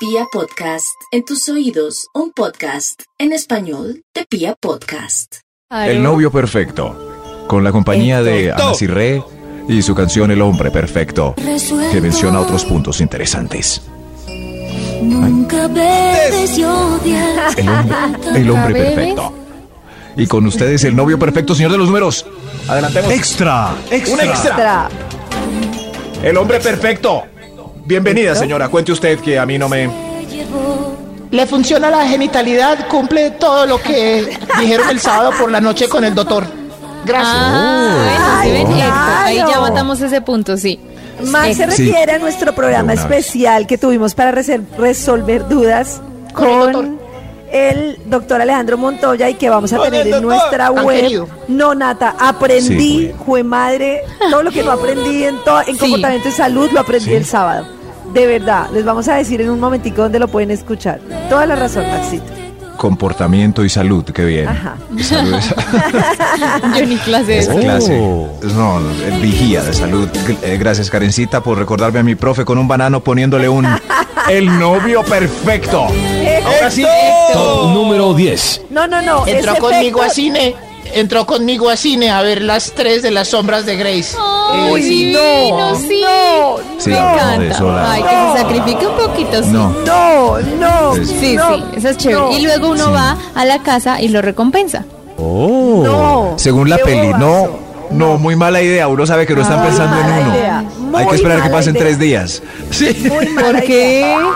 Pia Podcast, en tus oídos, un podcast en español de Pia Podcast. El novio perfecto. Con la compañía de Ana Cirré y su canción El hombre perfecto, que menciona otros puntos interesantes. Nunca bebes y odias. El hombre, el hombre perfecto. Y con ustedes el novio perfecto, señor de los números. Adelantemos. Extra, extra. Un extra. Tra- El hombre perfecto. Bienvenida, señora. Cuente usted que a mí no me... Le funciona la genitalidad, cumple todo lo que dijeron el sábado por la noche con el doctor. Gracias. Oh. Ah, bueno, sí, ven, Ay, listo. Ahí ya claro. matamos ese punto, sí. Max se Sí. refiere a nuestro programa De una vez. especial que tuvimos para reser- resolver dudas Con el con el doctor Alejandro Montoya y que vamos a Con tener el en doctor. nuestra Tan web. querido. No, Nata, Sí, aprendí, bueno. jue madre, todo lo que no aprendí en, to- en Sí. comportamiento de salud lo aprendí el sábado. De verdad, les vamos a decir en un momentico donde lo pueden escuchar. Toda la razón, Maxito. Comportamiento y salud, qué bien. Ajá. Salud es- Yo ni clase de Esa eso. clase. No, no, eh, vigía de salud. G- eh, Gracias, Karencita, por recordarme a mi profe con un banano poniéndole un. El novio perfecto. Ahora sí. Top número 10. No, no, no. Entró ese conmigo a efecto- cine, entró conmigo a cine a ver las tres de las sombras de Grace. Ay, divino, sí. Oh. Sí, Me no, encanta. eso la- Ay, que se sacrifique un poquito, sí. No. No, no. Sí, no, sí, eso es chévere. no, y luego uno Sí. va a la casa y lo recompensa. no. Uh, Según la Qué peli, bobazo. no. No, muy mala idea. Uno sabe que no están Muy pensando en mala uno. idea, Hay muy que esperar que mala pasen idea. tres días. Sí. Muy mala ¿Por idea. qué?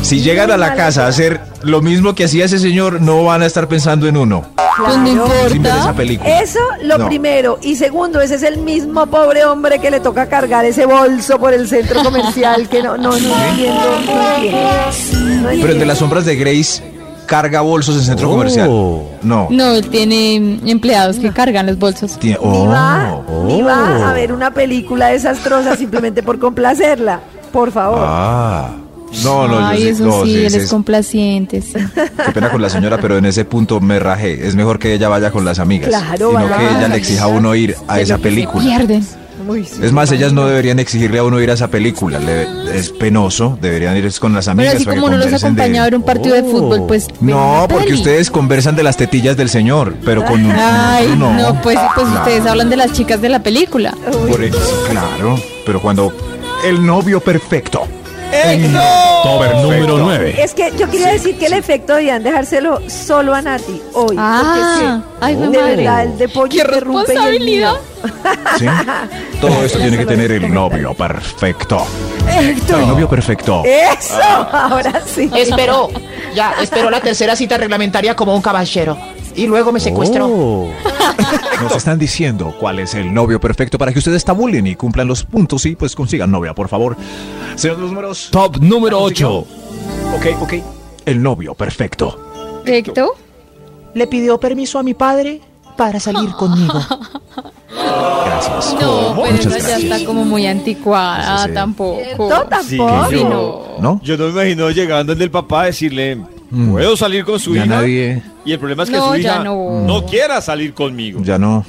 Si llegan a la mala casa a idea. hacer lo mismo que hacía ese señor, no van a estar pensando en uno. Pues no Sin ver esa importa. película. Eso lo No. primero. Y segundo, ese es el mismo pobre hombre que le toca cargar ese bolso por el centro comercial que no, no, no entiendo, no entiendo. No Pero el de entiendo. las sombras de Grace carga bolsos en centro comercial. No. No, tiene mm, empleados que cargan los bolsos. Tiene- Ni oh. va, ni va a ver una película desastrosa simplemente por complacerla. Por favor. Ah. No, no, Ay, yo sí- eso no, sí, sí, eres sí, sí. complaciente. sí. Qué pena con la señora, pero en ese punto me rajé. Es mejor que ella vaya con las amigas. Claro, y no vaya. que ella le exija a uno ir a esa película. Pierden. Uy, sí. Es más, ellas no deberían exigirle a uno ir a esa película. Le- es penoso. Deberían ir con las Pero amigas. así para que como no los conversen de- Oh. acompaña a ver un partido de fútbol, pues. ven No, una porque peli. ustedes conversan de las tetillas del señor, pero con un. Ay, no, no, pues, pues Claro. ustedes hablan de las chicas de la película. Por eso, claro, pero cuando el novio perfecto. Top número 9. Es que yo quería decir que el efecto debían dejárselo solo a Nati hoy. Ah, porque ay, es que, mi Oh. de madre. verdad, el de pollo ¡Qué interrumpe y el responsabilidad! mío. ¿sí? Todo esto tiene que tener el novio perfecto. El novio perfecto. Eso, Ah. ahora sí. Esperó, ya, esperó la tercera cita reglamentaria como un caballero. Y luego me secuestró. Oh. Nos están diciendo cuál es el novio perfecto para que ustedes tabulen y cumplan los puntos y pues consigan novia, por favor. Señor de los números. Top número 8. Ok, ok. El novio perfecto. ¿Perfecto? Le pidió permiso a mi padre para salir conmigo. Gracias. No, pero Muchas esa ya gracias. está como muy anticuada Eso sí. tampoco. Eh, No, tampoco. Sí, no. ¿No? Yo no me imagino llegando el del papá a decirle, Mm. puedo salir con su Ya hija. nadie- Y el problema es que No, su ya hija no. no. quiera salir conmigo. Ya no.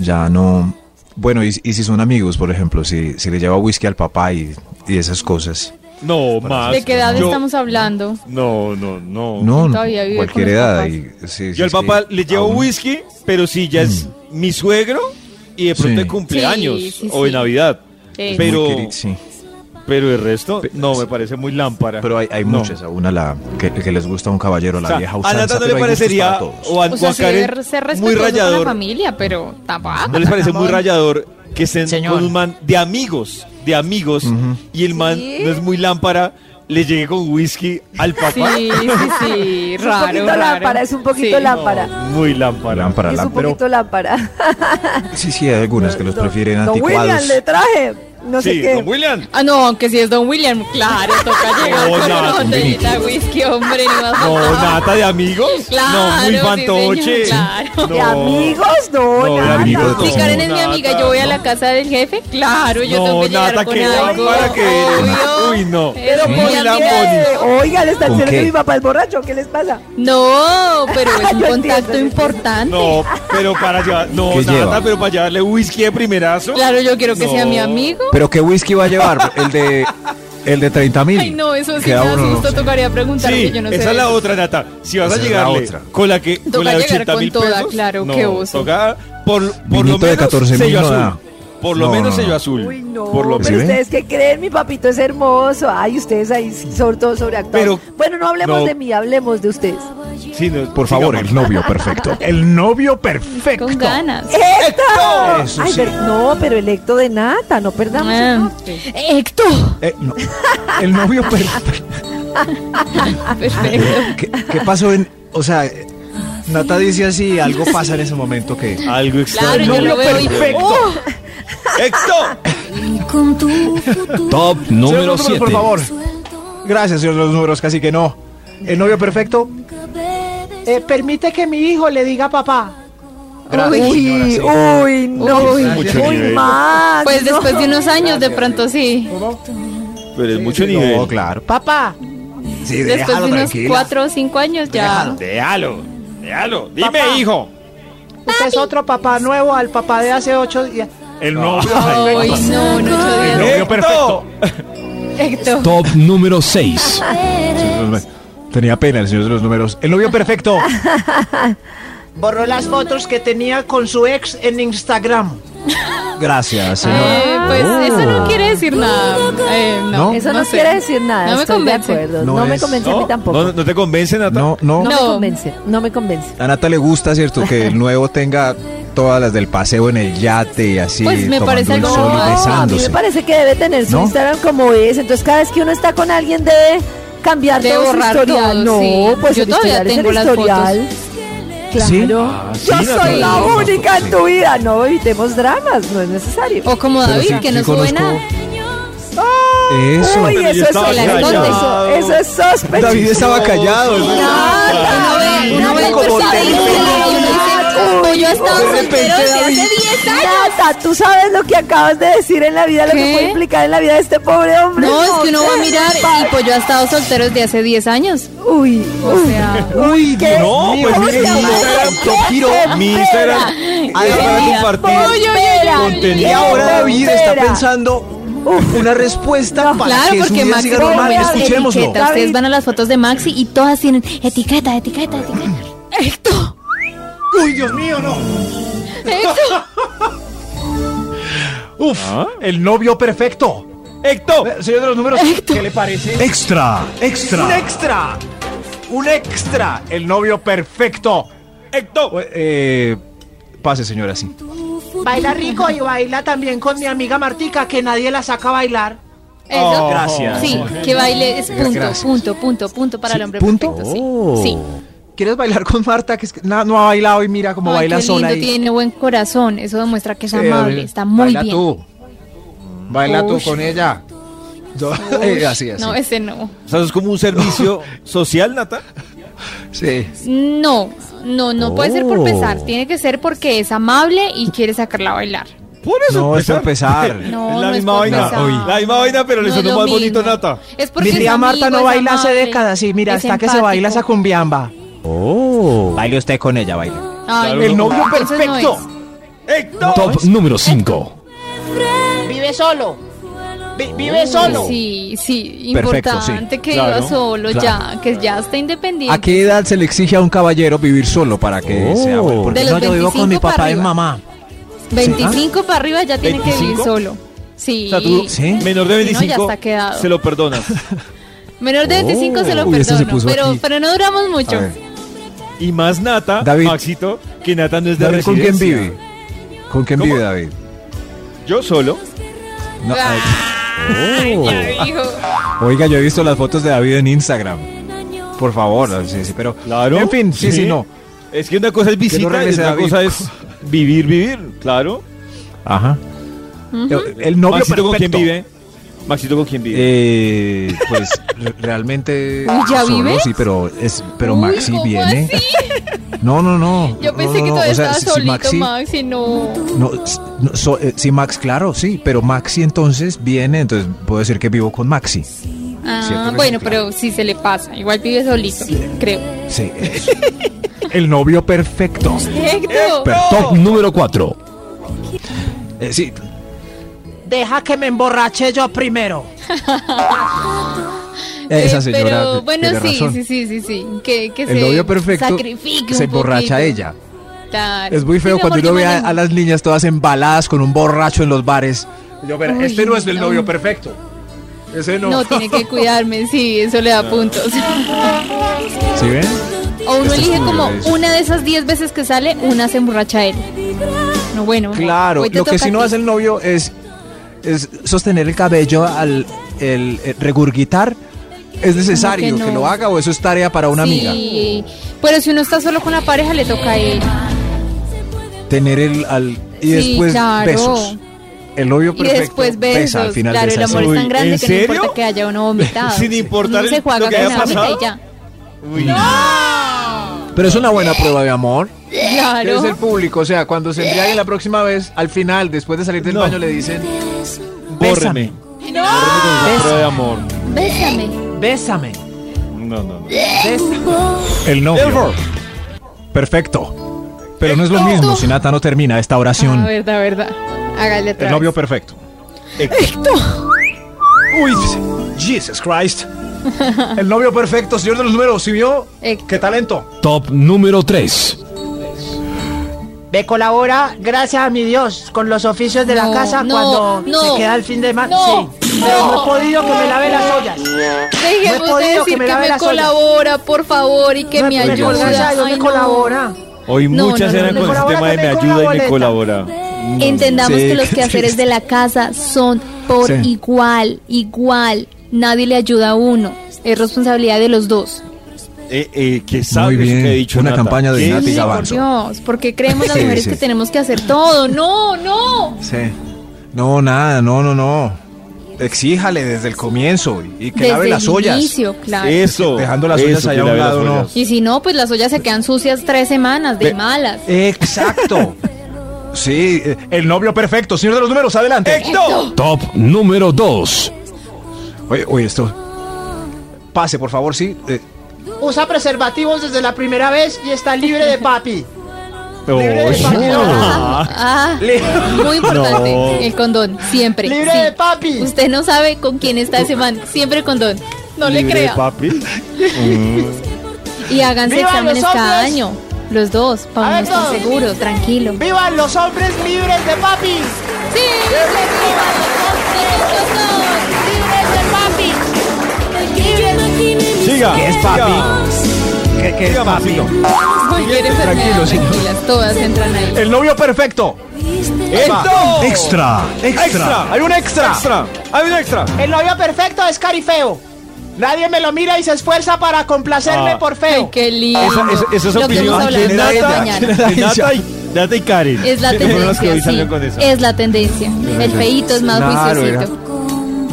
Ya no. Bueno, y, y si son amigos, por ejemplo, si, si le lleva whisky al papá y, y esas cosas. No, más. ¿De qué edad Yo- estamos hablando? No, no, no. No, no Todavía vive cualquier con los edad. papás. y- sí, sí, Yo al sí, papá a le llevo uno. whisky, pero si ya es mi suegro y de pronto Sí. de cumpleaños Sí, sí, o sí. de Navidad. Sí. Muy Pero, queri- sí. pero el resto, no, me parece muy lámpara. Pero hay, hay No. muchas, a una la, que, que les gusta a un caballero, la O sea, vieja a usanza, Nata pero no le hay gustos parecería, para todos. o a, O o sea, a sí Karen, debe ser muy respetuoso con la rayador. familia, pero tampoco. ¿No les parece muy rayador que estén Señor. con un man de amigos, de amigos, y el man Sí. no es muy lámpara, le llegue con whisky al papá? Sí, sí, sí, Es un raro, poquito raro. lámpara, es un poquito Sí. lámpara. Muy lámpara. Lámpara, Es un lámpara. poquito lámpara. Sí, sí, hay algunas que los prefieren Don William, anticuados. le traje. No sé Sí, qué. don William. Ah, no, aunque si es Don William, claro, toca llegar con Hola, una don botellita de whisky, hombre, no más No, nata de amigos. no, Claro, muy sí, señor, fantoche. claro. No. ¿De amigos? No, No, de nada. amigos, Si no. Karen es mi Nata, amiga, yo voy a la no. casa del jefe, claro, yo No, tengo que llegar Nata, con que algo. lámpara que eres. obvio. Uy, no. Es Pero muy ¿por Muy amiga. qué? lambón. Oiga, le está ¿Con diciendo qué? que mi papá es borracho. ¿Qué les pasa? No, pero es un Yo entiendo, contacto yo entiendo. importante. No, pero para llevar. No, ¿Qué nata, lleva? pero para llevarle whisky de primerazo. Claro, yo quiero que sea mi No. amigo. Pero ¿qué whisky va a llevar? El de el de 30 mil. Ay, no, eso sí me Queda da uno, no susto. sé. Tocaría preguntar Sí, que yo no sé. esa es la otra, Nata. Si vas Esa a es la llegarle otra. con la que Toca con la de llegar 80 con mil toda, pesos, claro, qué oso. Toca por, por lo Vinito de menos 14.000 sello no azul. da. Por lo No, menos no, sello no. azul. Uy, no, por lo pero menos. ¿Sí ven? ustedes que creen, mi papito es hermoso. Ay, ustedes ahí sí son todos sobreactuados. Pero- bueno, no hablemos no. de mí, hablemos de ustedes. Sí, no, Por favor, digamos. el novio perfecto. El novio Con perfecto. ganas. Eh, ¡Héctor! Eso Ay, sí. pero- no, pero el Héctor de nata, no perdamos el Ah, norte. Héctor. Eh, no. El novio perfecto. Ah, Perfecto. ¿Qué, qué pasó en.? O sea, Nata dice así, algo pasa en ese momento que. Algo Claro, extraño. yo lo veo y. ¡Oh! ¡Héctor! Con tu futuro Top número Señor Números, 7. Por favor. suelto, Gracias, señor de los números, casi que no. El novio perfecto. nunca bebes Eh, permite que mi hijo le diga a papá. Gracias, señora, Uy, sí. uy, no, Uy, uy, mucho nivel. más. Pues no. después de unos años, de pronto sí. Pero es mucho Sí, nivel. No, claro. Papá, Sí, Después de déjalo unos tranquila. cuatro o cinco años ya. Déjalo. Déjalo. Dime, Papá. hijo. usted es otro papá nuevo al papá de hace ocho días. El novio. Ay, no, no, ocho días. El novio perfecto. Héctor. Top número 6. eres Tenía pena el señor de los números. El novio perfecto. Borró las fotos que tenía con su ex en Instagram. Gracias, señora. Oh. Eh, pues eso no quiere decir nada. Eh, no, Ah. ¿No? Eso no, sé. quiere decir nada. No me estoy convence. De acuerdo. No, No me es- convence a mí tampoco. No, No, no te convence, Nata. No, no. me No. convence. No me convence. A Nata le gusta, ¿cierto? Que el nuevo tenga todas las del paseo en el yate y así. Pues me tomando parece el algo sol más. y a mí me besándose. parece que debe tener su ¿No? Instagram como es. Entonces, cada vez que uno está con alguien, debe cambiar Debe todo su borrar historial. todo, no, sí. pues Yo el todavía historial tengo es el las historial. Claro. ¿Sí? Yo sí, soy la naturalmente. única en tu vida. No evitemos dramas. No es necesario. O como Pero David, sí- que sí no sube conozco- nada. Eso. Uy, Pero yo eso es estaba sospechoso. callado. Eso es sospechoso. David estaba callado. Uno ve, uno ve el Como personaje y uno dice, "Uy, yo he estado de repente, soltero desde hace 10 años. Nata, tú sabes lo que acabas de decir en la vida, lo que ¿Qué? puede implicar en la vida de este pobre hombre. No, es que uno va a mirar y pues yo he estado soltero desde hace 10 años. Uy, O sea, Uy, ¿Qué? no, pues ¿Cómo mire, se mi llama? Instagram, ¿Qué? yo giro, ¿Qué? mi Instagram. Ahí es para compartir. contenido. Y ¿Qué? ahora David Espera. está pensando una respuesta para Claro, que su porque vida Maxi siga por lo normal. menos tiene Escuchémoslo. etiqueta. Ustedes van a las fotos de Maxi y todas tienen etiqueta, etiqueta, etiqueta. Héctor. Uy, Dios mío, no. Uf, el novio perfecto. ¡Héctor! Eh, Señor de los números, ¿qué le parece? Extra, extra. Un extra. Un extra. El novio perfecto. ¡Héctor! Eh, pase, señora, sí. tu futuro. Baila rico y baila también con mi amiga Martica, que nadie la saca a bailar. Eso. Oh, gracias. Sí, que baile es punto, Gracias. punto, punto, punto para Sí, el hombre punto. Oh. perfecto. Sí. sí. ¿Quieres bailar con Marta? Que es que na- no ha bailado y mira cómo Ay, baila qué sola. lindo, ahí. tiene buen corazón. Eso demuestra que es Sí, amable, baila- está muy baila bien. tú. Baila tú Uy. con ella. Yo- eh, así, así. No, ese no. O sea, eso es como un servicio social, Nata. Sí. No, no, no puede ser por Oh. pesar. Tiene que ser porque es amable y quiere sacarla a bailar. Por eso. No, es por pesar. No, es la no es misma por vaina. pesar. La misma vaina, pero le No es sonó lo más mismo. bonito, Nata. Es porque Mi es tía amigo, Marta no es baila hace amable, décadas, sí, mira, es hasta que se baila esa empático. cumbiamba. Baile usted con ella, baila. Ay, Claro, no, el novio entonces no perfecto. es. ¡Héctor! Top número 5. Vive solo. Vi- vive solo. Sí, sí, Perfecto, importante que Claro, viva solo claro. ya, que ya está independiente. ¿A qué edad se le exige a un caballero vivir solo para que Oh. sea bueno? De los 25 para arriba. mamá. 25 para arriba ya tiene que vivir 25? solo. Sí. O sea, tú, Sí. menor de Si no, 25, ya está quedado. se lo perdonas. Menor de 25 se lo Uy, este se perdono, puso pero, aquí. pero no duramos mucho. A ver. Y más Nata, David. Maxito, que Nata no es de David, ¿con quién residencia. vive? ¿Con quién ¿Cómo? vive David? Yo solo. No, Ah. eh, oh. ay, Ay, ya dijo. oiga, yo he visto las fotos de David en Instagram. Por favor, sí, sí, pero. Claro. En fin, sí, sí, no. Es que una cosa es no visita y regrese otra David. cosa es vivir, vivir. Claro. Ajá. El novio Maxito, ¿con quién perfecto. vive? Maxito, ¿con quién vive? Eh, pues re- realmente ¿Uy, ya solo, vive? sí, pero es pero Uy, Maxi ¿cómo viene. así? No, no, no. Yo no, pensé no, que no, todavía o sea, estaba si- si solito, Maxi- Maxi, no. No, s- no, so- eh, sí, Max, claro, sí, pero Maxi entonces viene, entonces puedo decir que vivo con Maxi. Ah, Cierto que bueno, sí, claro. pero sí se le pasa. Igual vive solito, creo. Sí. eso. El novio perfecto. Perfecto. Per- Top número 4. Eh, sí. Deja que me emborrache yo primero. Esa Eh, señora Pero bueno, tiene sí, razón. sí, sí, sí, sí. Que, que El se novio perfecto sacrifique un se emborracha poquito. ella. Claro. Es muy Sí, feo mi cuando amor, uno yo ve a, manejo. a las niñas todas embaladas con un borracho en los bares. Yo, pero Uy, este no es el no. novio perfecto. Ese no. No, tiene que cuidarme, sí, eso le da puntos. ¿Sí ven? O uno Este elige estudio como lo dice. una de esas 10 veces que sale, una se emborracha él. No, bueno. Claro, hoy te lo que toca sí no a ti. hace el novio es, es sostener el cabello al el, eh, regurgitar. ¿Es necesario que, no? lo haga o eso es tarea para una sí, amiga? Pero si uno está solo con la pareja, le toca a él. Tener el al y Sí, después claro. besos. El novio Y perfecto después besa al besos. final Claro, de el esa amor es escena. tan Uy, grande ¿en que no importa serio? que haya uno vomitado. Sin importar Uno se el- juega lo que con haya la vomita pasado. y ya. Uy, escena. Pero es una buena prueba de amor. ¿Qué Claro. es el público? O sea, cuando se embriaguen la próxima vez, al final, después de salir del No. baño, le dicen... bórreme. Bórreme con esa prueba de amor. Bésame. Bésame. No, no, Eh, no. El Error. Perfecto. Pero no es lo mismo si Nata no termina esta oración. Ah, verdad, verdad. Hágale otra El vez. novio perfecto. Uy, Jesus Christ. El novio perfecto, señor de los números, ¿sí vio? Héctor. ¡Qué talento! Top número 3. Me colabora, gracias a mi Dios, con los oficios de No, la casa no, cuando no. se queda el fin de semana. No, sí, pero no. no. he podido que me lave las ollas. Dejemos No he de podido decir que que me me, lave las ollas. colabora, por favor, y que me me ayuda. colabora, Dios Ay, me no. colabora. Hoy No, no, muchas no, eran no, con colabora ese tema de me también con ayuda la y boleta. me colabora. Entendamos Sí, que los qué quehaceres triste. de la casa son por Sí. igual, igual. Nadie le ayuda a uno. Es responsabilidad de los dos. Eh, eh, que sabe Muy eso bien, que he dicho una Nata. campaña de ¿Qué Nati dice? Gabán. Por Dios, porque creemos las Sí, mujeres sí. que tenemos que hacer todo. No, no. Sí. No, nada, no, no, no. Exíjale desde el comienzo y que lave Desde las el ollas. inicio, claro. Eso. Dejando las ollas eso, allá que a un lave las lado, ¿no? ollas. Y si no, pues las ollas se quedan sucias tres semanas de Ve- malas. Eh, Exacto. Sí, eh, el novio perfecto, señor de los números, adelante. Top número 2. Oye, oye, esto. Pase, por favor, sí. eh, Usa preservativos desde la primera vez y está libre de papi. Libre de Oy. papi. No. Ah, muy importante. El condón, siempre. Libre sí. de papi. Usted no sabe con quién está ese man. Siempre condón. No le Ah, Libre de crea. papi. Y háganse ¡Viva exámenes los cada hombres! año. Los dos, A para ver, uno estar todos. seguro, tranquilo. ¡Vivan los hombres libres de papi! ¡Sí! Siga. ¿Qué es papi? ¿Qué, qué es Siga, papi? Maxito. Cualquier Tranquilo, enfermedad, sí. tranquilas, todas entran ahí. El novio perfecto. ¡Esto! Extra, ¡Extra! ¡Hay un extra! ¡Extra! ¡Hay un extra! El novio perfecto es carifeo. Nadie me lo mira y se esfuerza para complacerme Ah. por Ay, feo. qué lindo. Esa, esa, esa es Lo que opinión hemos hablado de esta Nata, mañana. de Nata y, Nata y Karen. Es la Fueron las que tendencia, hoy salieron sí. con esa. Es la tendencia. El feíto es más Claro, juiciosito.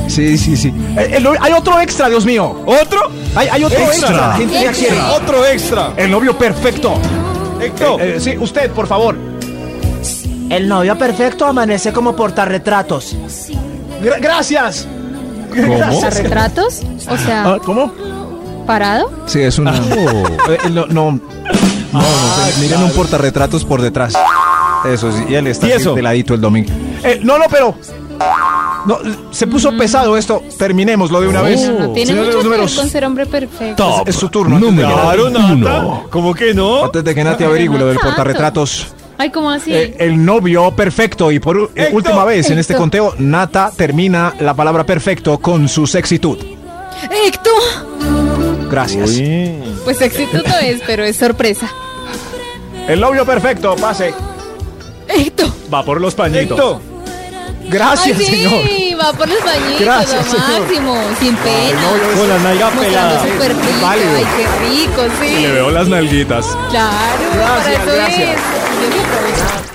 Sí, sí, sí. El- el novio- hay otro extra, Dios mío. ¿Otro? Hay, hay otro extra. Extra. La gente ya quiere. ¡Otro extra! El novio perfecto. ¡Héctor! Eh, sí, usted, por favor. El novio perfecto amanece como portarretratos. Gra- gracias. ¿A Gracias. retratos? O sea, Ah, ¿Cómo? parado. Sí, es una. Eh, No, no. no, no, se- miren un portarretratos por detrás. Eso sí, y él está Tieso. así de ladito el domingo. Eh, no, no, pero. No, se puso pesado esto. Terminémoslo de una Oh. vez. No, no tiene Señor mucho que de los ver números. con ser hombre perfecto. Top es su turno. número ¡Claro, Nata! 1. ¿Cómo que no? Antes de que Nati averigüe lo del portarretratos. Ay, ¿cómo así? eh, el novio perfecto. Y por u- eh, Héctor. última vez en este Héctor. conteo, Nata termina la palabra perfecto con su sexitud. ¡Héctor! Gracias. Uy. Pues éxito no es, pero es sorpresa. El novio perfecto, pase. ¡Héctor! Va por los pañitos. ¡Héctor! Gracias, Ay, sí, señor. va por los bañitos, Gracias, lo señor. máximo, sin El pena. novio Con la nalga Mostrando pelada. su cuerpito, válido. ay, qué rico, sí. las nalguitas. Claro, Gracias, para eso gracias. es. Yo me aprovecho.